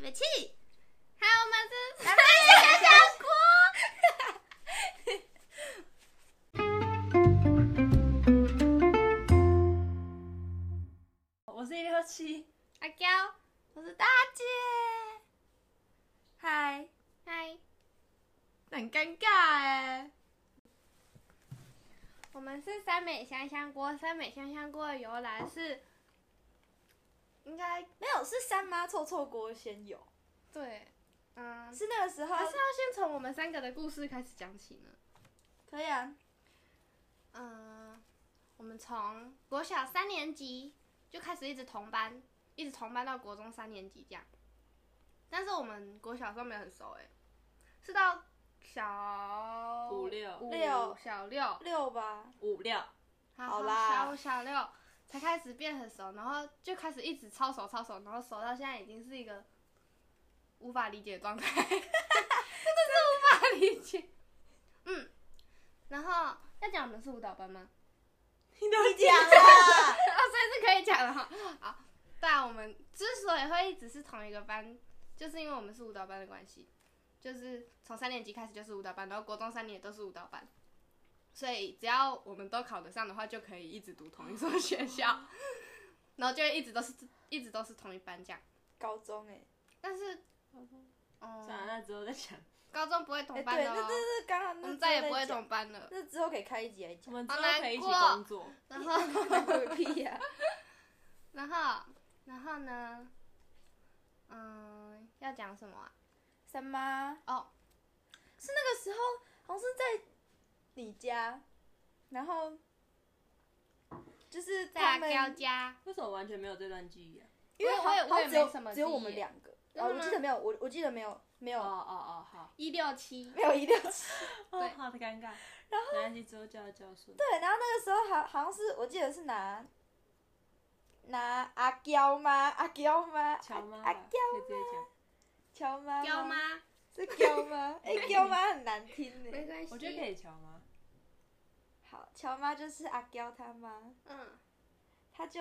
个气。还有我们是咱们来 讲讲锅。我是一六七，阿娇，我是大姐。嗨，嗨，很尴尬哎。欸我们是三美香香锅。三美香香锅的由来是，应该没有，是三妈臭臭锅先有，对，嗯，是那个时候还是要先从我们三个的故事开始讲起呢。可以啊。嗯，我们从国小三年级就开始一直同班，一直同班到国中三年级这样。但是我们国小的时候没有很熟哎、是到小五六五六小六，六吧，五六，好啦小五小六才开始变很熟，然后就开始一直抄手抄手，然后熟到现在已经是一个无法理解的状态，真的是无法理解。嗯，然后要讲我们是舞蹈班吗？你都讲了，啊，所以是可以讲的哈。好，对啊，我们之所以会一直是同一个班，就是因为我们是舞蹈班的关系，就是从三年级开始就是舞蹈班，然后国中三年也都是舞蹈班，所以只要我们都考得上的话，就可以一直读同一所学校，然后就一直都是一直都是同一班这样。高中哎、但是，算嗯，了，那之后再讲。高中不会哎、同班对，的那哦那，那刚刚我们那之后再也不会讲同班了。那之后可以开一集来我 讲，们之好后难可以一起过工作。然后。 个屁呀、然后，然后呢？嗯，要讲什么啊？三妈哦，是那个时候好像是在你家，然后就是在他阿们，娇家，为什么完全没有这段记忆啊？因为我好也像我也只有没什么只有记忆我们两个，真然的后吗我记得没有，我我记得没有没有、哦哦哦，好，一六七，没有一六七，哦对，好的尴尬。然后没关系，之后叫教授。对，然后那个时候好好像是我记得是拿拿阿娇吗？阿娇吗？乔妈吧，阿可以直接讲。娇吗？娇妈？是娇吗？哎、娇妈很难听呢。关系我觉得可。以乔妈。好，乔妈就是阿娇她妈，嗯，她就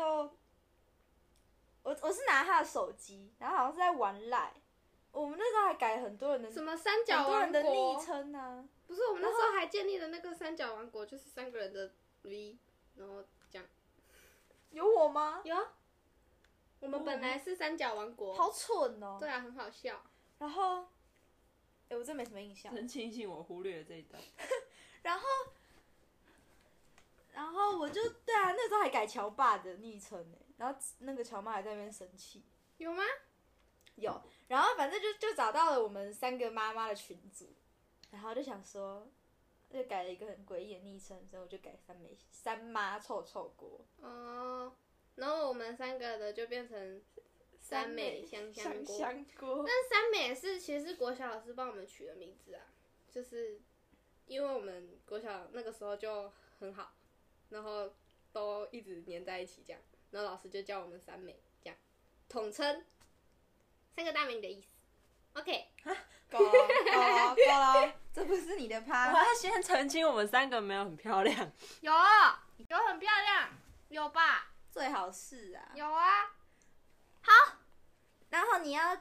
我我是拿她的手机，然后好像是在玩赖。我们那时候还改了很多人的什么三角很多王人的昵国？称啊呢，不是，我们那时候还建立了那个三角王国，就是三个人的 V，然后这样。有我吗？有啊，我们本来是三角王国。好蠢哦、对啊，很好笑。然后，哎、我真没什么印象。真庆幸我忽略了这一段。然后，然后我就对啊，那时候还改乔爸的昵称呢。然后那个乔妈还在那边生气。有吗？有，然后反正就就找到了我们三个妈妈的群组，然后就想说，就改了一个很诡异的昵称，所以我就改三美三妈臭臭锅。哦，然后我们三个的就变成三美香香香锅。香锅，但三美是其实是国小老师帮我们取的名字啊，就是因为我们国小那个时候就很好，然后都一直黏在一起这样，然后老师就叫我们三美这样，统称三个大名的意思。OK，够了够了够了，这不是你的我趴。要先澄清，我们三个没有很漂亮。有有很漂亮，有吧？最好是啊，有啊，然后你要，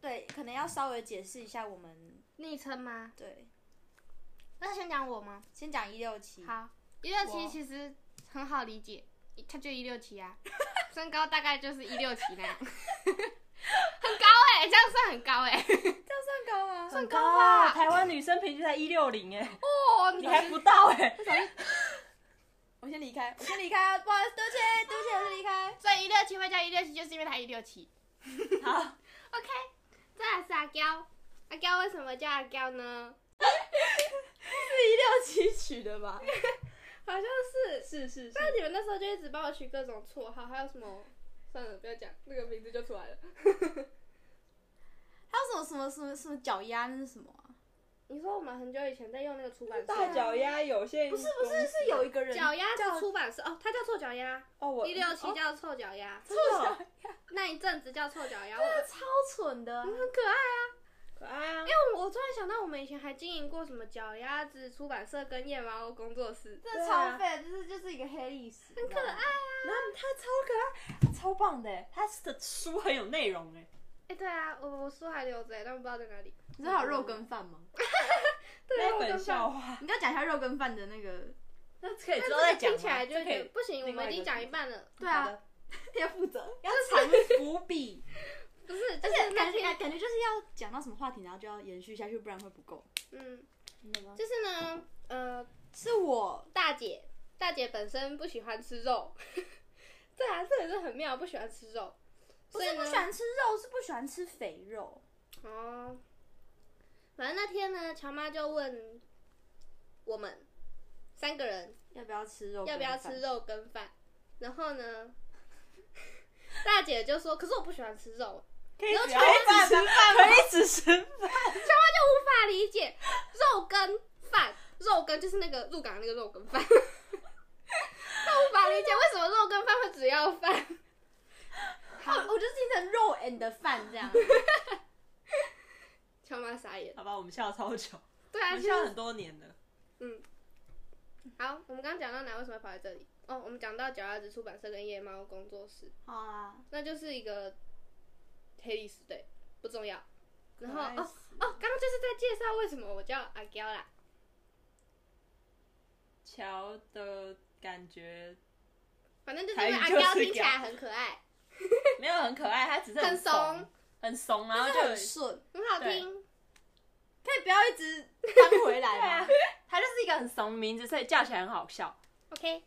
对，可能要稍微解释一下我们昵称吗？对，那先讲我吗？先讲一六七，好，一六七我其实很好理解，他就一六七啊， 身高大概就是一六七 那样，很高哎、这样算很高哎、算高吗？算高高吧啊，台湾女生平均才一六零哎，哦，你还不到哎。 我先离开，我先离开啊，不好意思，对不起，对不起，我先离开。所以一六七会叫一六七，就是因为他一六七。好， OK，再来是阿娇，阿娇为什么叫阿娇呢？是一六七取的吧？好像是，是是是。但你们那时候就一直帮我取各种绰号，还有什么？算了，不要讲，那个名字就出来了。还有什么什么什么什么脚丫，那是什么啊？你说我们很久以前在用那个出版社，大脚丫有限不是不是是有一个人脚丫叫是出版社哦，它叫臭脚丫，哦，我一六七叫臭脚丫，真的哦那一阵子叫臭脚 丫，我真的超蠢的啊，很可爱啊。可爱啊因。为我突然想到，我们以前还经营过什么脚丫子出版社跟夜猫工作室，真的超废，就是就是一个黑历史，很可爱。然后他超可爱，他超棒的耶，他的书很有内容哎。哎、对啊，我我书还留着，但我不知道在哪里。你知道有肉羹饭吗？对，啊那我本跟笑话，你要讲一下肉羹饭的那个，那可以那之这后个再讲听吗。起来就这有可以点不行，我们已经讲一半了。对啊好的，要负责，要藏伏笔。不是，就而是且那感觉哎天，感觉就是要讲到什么话题，然后就要延续下去，不然会不够。嗯，真的吗？就是呢，呃，是我大姐，大姐本身不喜欢吃肉， 对啊，这也是很妙，不喜欢吃肉，不所以是呢不喜，欢吃肉，是不喜欢吃肥肉。哦，反正那天呢，乔妈就问我们三个人要不要吃肉？要不要吃？肉跟饭，然后呢， 大姐就说，可是我不喜欢吃肉，可以然后只要吃只吃饭，啊可以只吃饭。无法理解肉羹饭，肉羹就是那个入港的那个肉羹饭，他无法理解为什么肉羹饭会只要饭。好，我就是听成肉 and 饭这样。乔妈傻眼，好吧，我们笑超久，对我啊，们就笑是很多年了。好，我们刚刚讲到哪？为什么会跑来这里？哦，我们讲到脚丫子出版社跟夜猫工作室，好啦，那就是一个黑历史，对，不重要。然后可爱哦哦，刚刚就是在介绍为什么我叫阿娇啦，乔的感觉反正就是因为阿台语就是娇听起娇来很可爱，没有很可爱，他只是很怂怂，很怂，然后就就有很顺，很好对听。可以不要一 直翻回对来啊，吗？他就是一个很怂的名字，所以叫起来很好笑。 OK，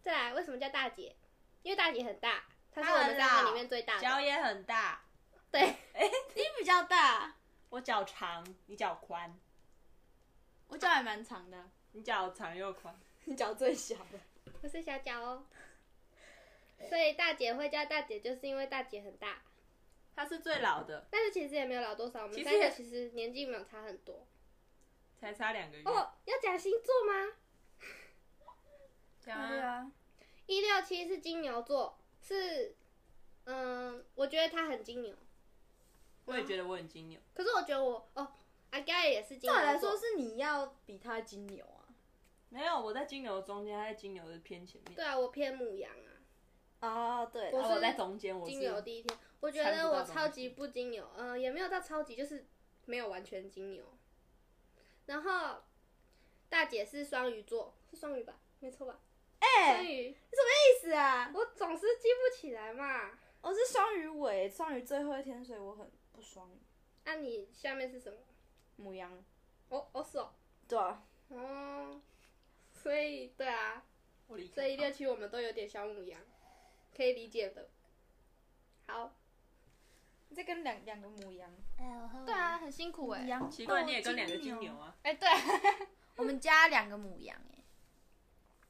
再来，为什么叫大姐？因为大姐很大，她是当我然们三啦个里面最大脚的。也很大，对， 你比较大，我脚长，你脚宽，我脚还蛮长的，你脚长又宽。 你脚最小的。我是小脚哦。所以大姐会叫大姐，就是因为大姐很大，他是最老的，但是其实也没有老多少，我其们实三也个其实年纪没有差很多。才差两个月。哦，要讲星座吗？讲啊，啊，一六七是金牛座，是，嗯，我觉得他很金牛，我也觉得我很金牛，可是我觉得我哦，阿盖也是金照牛理座，来说是你要比他金牛啊。没有，我在金牛中间，他在金牛的偏前面，对啊，我偏母羊啊，哦，对我然是后我在中间，我金牛是第一天，我觉参不得到我东西超级不金牛，嗯、也没有到超级，就是没有完全金牛。然后大姐是双鱼座，是双鱼吧？没错吧？哎，双鱼，意思啊，我总是记不起来嘛。我是双鱼尾， 双鱼最后一天，所以我很不双鱼，那、啊你下面是什么？母羊。哦哦是哦，对啊，哦，所以对啊，我离开哦所以六七我们都有点小母羊，可以理解的。好，你在跟两两个母羊，对对，啊，很辛苦欸哎、羊奇怪，你也跟两个金牛，啊？哎、对、啊，我们家两个母羊哎，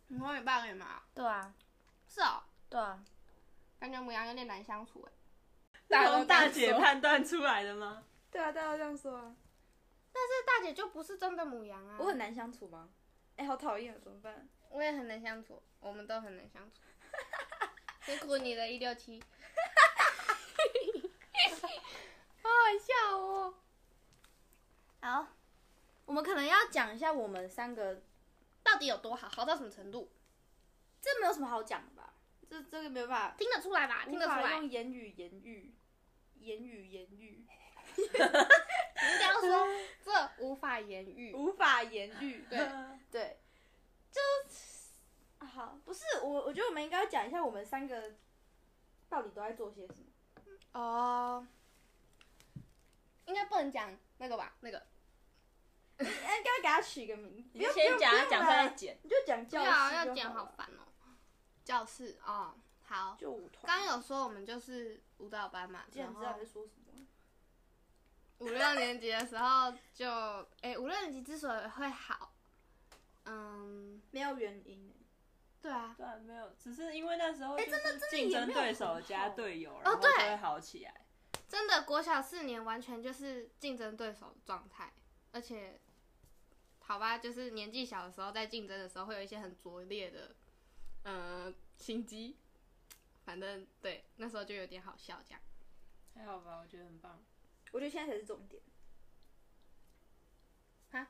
你说你爸干嘛？对啊，是哦，对啊，感觉母羊有点难相处哎、是从大姐判断出来的吗？ 对啊，大家都这样说啊。大姐就不是真的母羊啊，我很难相处吗？哎，好讨厌，怎么办？我也很难相处，我们都很难相 处。辛苦你了，一六七， 好好笑哦。好，我们可能要讲一下我们三个，到底有多好，好到什么程度？这没有什么好讲的吧？这这个没有办法，听得出来吧？听得出无法来。用言语言喻，言语言喻，你这样说，这 无法言喻。 无法言 喻。对，对，就好，不是我，我觉得我们应该讲一下我们三个到底都在做些什么。哦，应该不能讲那个吧？那个哎，应该给他取一个名，不你用先讲啊，不用讲出不用啦来再剪。你就啊讲不教要室就要了讲，好烦哦。教室哦，好。就舞团。刚有说我们就是舞蹈班嘛，既然然后知道你在说什么，五六年级的时候就，诶，五六年级之所以会好，嗯，没有原因欸。对啊，对啊，没有，只是因为那时候哎就真的是真的竞也争没有对很手加好队友，然后就对会好起来。真的国小四年完全就是竞争对手的状态，而且，好吧，就是年纪小的时候在竞争的时候会有一些很拙劣的，嗯、心机，反正对，那时候就有点好笑这样。还好吧，我觉得很棒。我觉得现在才是重点。哈，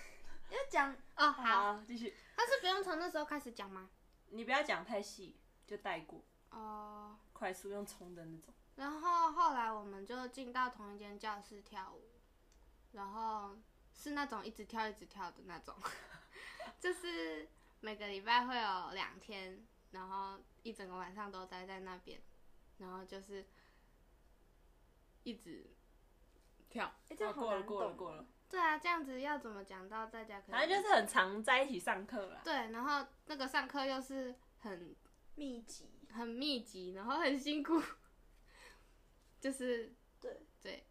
要讲哦，好，，继续，但是不用从那时候开始讲吗？你不要讲太细，就带过，哦、快速用冲的那种。然后后来我们就进到同一间教室跳舞，然后是那种一直跳一直跳的那种， 就是每个礼拜会有两天，然后一整个晚上都待在那边，然后就是一直跳。哎，这样哦好过了难懂过哦。了过了，对啊，这样子要怎么讲到大家可能？反正就是很常在一起上课啦。对，然后那个上课又是很密集，很密集，然后很辛苦， 就是对对，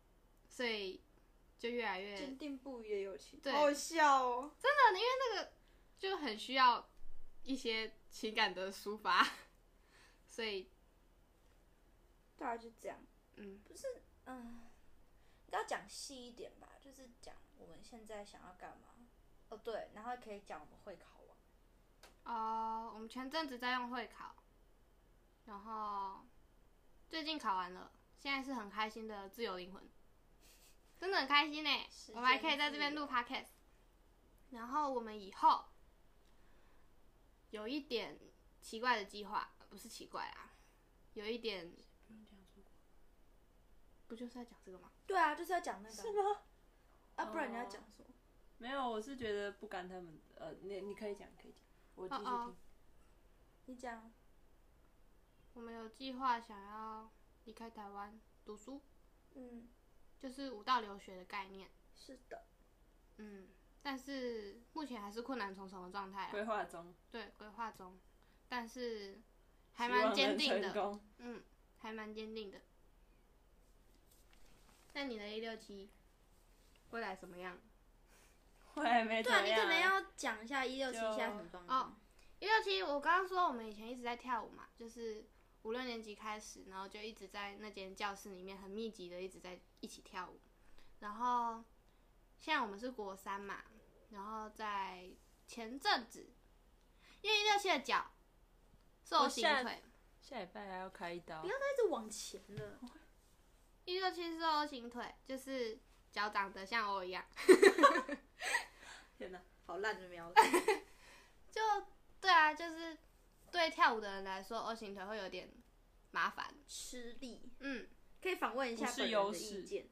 所以就越来越坚定不移的友情，对好好笑哦。就很需要一些情感的抒发，所以对啊，就这样。嗯，嗯，要讲细一点吧，就是讲我们现在想要干嘛。哦，对，然后可以讲我们会考网。哦，我们前阵子在用会考，然后最近考完了，现在是很开心的自由 灵魂，真的很开心呢。时我们还间可以在这边自录由 podcast，然后我们以后有一点奇怪的计划，不是奇怪啊，有一点不就是在讲这个吗？对啊，就是要讲那是个吗？啊，不然你要讲什么？没有，我是觉得不干他们。呃，你你可以讲，可以讲，我继续哦哦听。你讲。我们有计划想要离开台湾读书，嗯，就是五到留学的概念。是的。嗯，但是目前还是困难重重的状态啊。规划中，对，规划中，但是还希望蛮能坚定成的，功 嗯，还蛮坚定的。那你的 A 六七未来怎么样我也没怎对么啊，你样啊。可能要讲一下一六七就哦现在什么状况。 ？A 六七，我刚刚说我们以前一直在跳舞嘛，就是五六年级开始，然后就一直在那间教室里面很密集的一直在一起跳舞。然后现在我们是国三嘛，然后在前阵子，因为一六七的脚受我刑下腿，下礼拜还要开刀不，要再一直往前了。一六七瘦型腿，就是脚长得像我一样，天哪！好烂的苗子。就对啊，就是对跳舞的人来说，O 型腿会有点麻烦。吃力，嗯，可以访问一下不是本人优的势意见。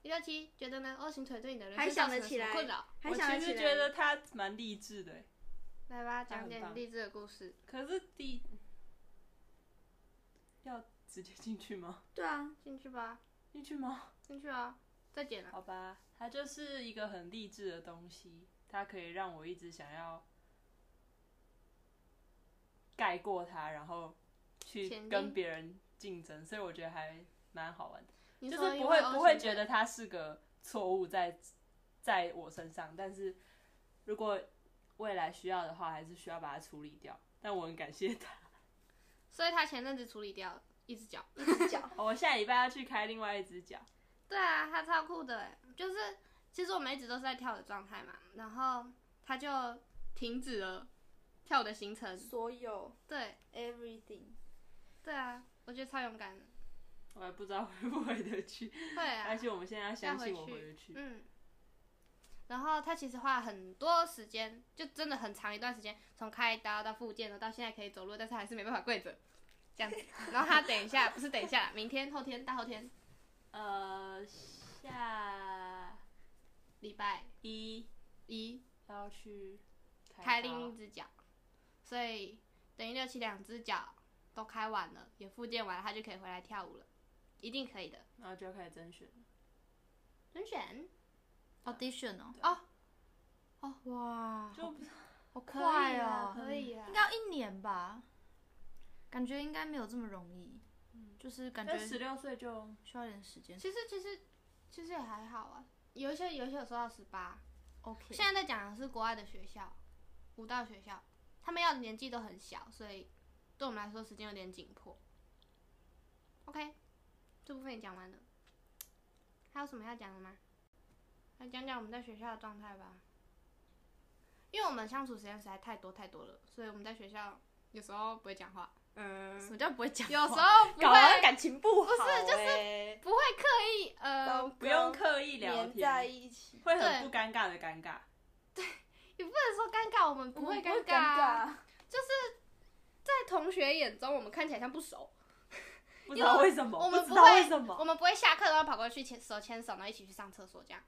一六七觉得呢，O 型腿对你的人还生想造得成起什么来困扰？还我想其得起实来觉得他蛮励志的欸，来吧，讲很点棒励志的故事。可是第要直接进去吗？对啊，进去吧，进去吗？进去啊，再剪啊。好吧，它就是一个很励志的东西，它可以让我一直想要盖过它，然后去前跟进别人竞争，所以我觉得还蛮好玩的，你就说是因不为会 O 不会型腿觉得它是个错误在在我身上，但是如果未来需要的话，还是需要把它处理掉。但我很感 谢他。所以他前阵子处理掉一只脚。 脚哦我下礼拜要去开另外一只脚，对啊，他超酷的欸，就是其实我们一直都是在跳的状态嘛，然后他就停止了跳舞的行程。所有对 everything。对啊，我觉得超勇敢的。我还不知道回不回 得去，会啊而，且我们现在要相信要我回去回得去。嗯。然后他其实花了很多时间，就真的很长一段时间，从开刀到复健了，到现在可以走路，但是还是没办法跪着，这 样子。然后他等一下，不是等一下啦，明天、后天、大后天、呃，下礼拜一一要去开开刀另一只脚，所以等于六七两只脚都开完了，也复健完了，他就可以回来跳舞了，一定可以的。然后就要开始甄选了。甄选 audition 哦，哦，哇，就不好可以快啊哦，可以啊应，该要一年吧，感觉应该没有这么容易，嗯就是感觉但十六岁就需要一点时间。其实其实其实也还好啊，有一些有一些有说到十八， OK，现在在讲的是国外的学校，舞蹈学校，他们要的年纪都很小，所以对我们来说时间有点紧迫。OK，这部分也讲完了，还有什么要讲的吗？来讲讲我们在学校的状态吧，因为我们相处时间实在太多太多了，所以我们在学校有时候不会讲话，什嗯，么叫不会讲话？有时候不搞得会感情不好、不是欸就是是不会刻意呃，不用刻意聊黏在天，一起，会对很不尴尬的尴尬。也不能说尴尬，我们不嗯会尴尬啊。在同学眼中，我们看起来像不熟，不知道为什么，我们不知不道为会什么我，们不会下课然后跑过去牵手牵手，然后一起去上厕所这样，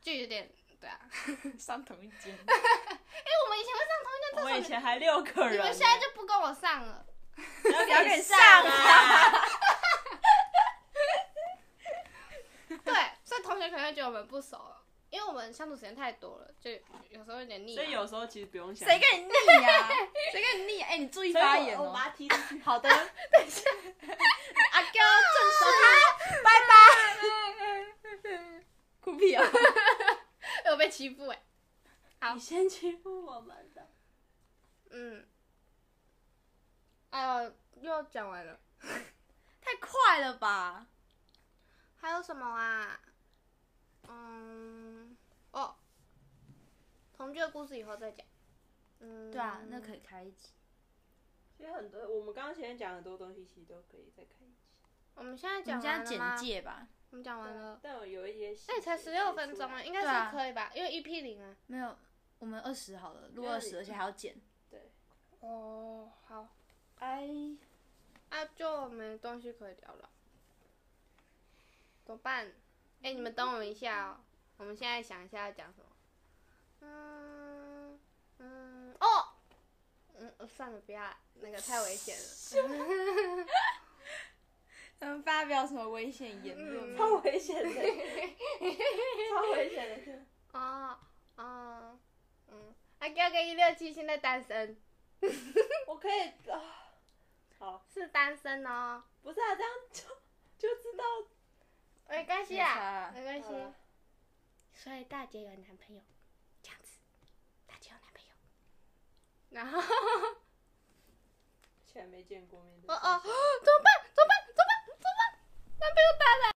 就有点对啊。上同一 间，我们以前会上同一我们以前还六个人，你们现在就不跟我上 了，要要给给你你上上啊！对，所以同学可能会觉得我们不熟了，因为我们相处时间太多了，就有时候有点腻啊。所以有时候其实不用想，谁跟你腻 呀？谁跟你腻啊？哎，你注意所以我发言我哦。把他踢出 去。好的，等一下，啊阿娇正手他，拜拜。酷 屁啊！ 有被欺负哎、好你先欺负我们的，嗯，哎呦，又讲完了，太快了吧？还有什么啊？嗯，哦，同居的故事以后再讲。嗯，对啊，那可以开一集。其实很多我们刚刚前面讲很多东西，其实都可以再看一集。我们现在我讲们这样完了简吗？介吧，我们讲完了，但我有一些细节那提也出来，才十六分钟啊，应该对啊是可以吧？因为 EP 零啊。没有，我们二十好了，录因为二你十，而且还要剪。对，哦，好，哎，啊，就没东西可以聊了，怎么办？哎、你们等我们一下哦，我们现在想一下要讲什么。嗯嗯哦，嗯呃算了，不要啊那个太危险了。他们发表什么危险言论嗯吗？超危险 的，超危险的。哦哦嗯，阿娇跟一六七现在单身，我可以啊，好，是单身哦，不是啊，这样就就知道没关系没差啊啊，没关系好了。所以大姐有男朋友，这样子，大姐有男朋友，哦然后。以前没见过面的。哦哦，怎么办？怎么办？怎么办？怎么办？男朋友打来。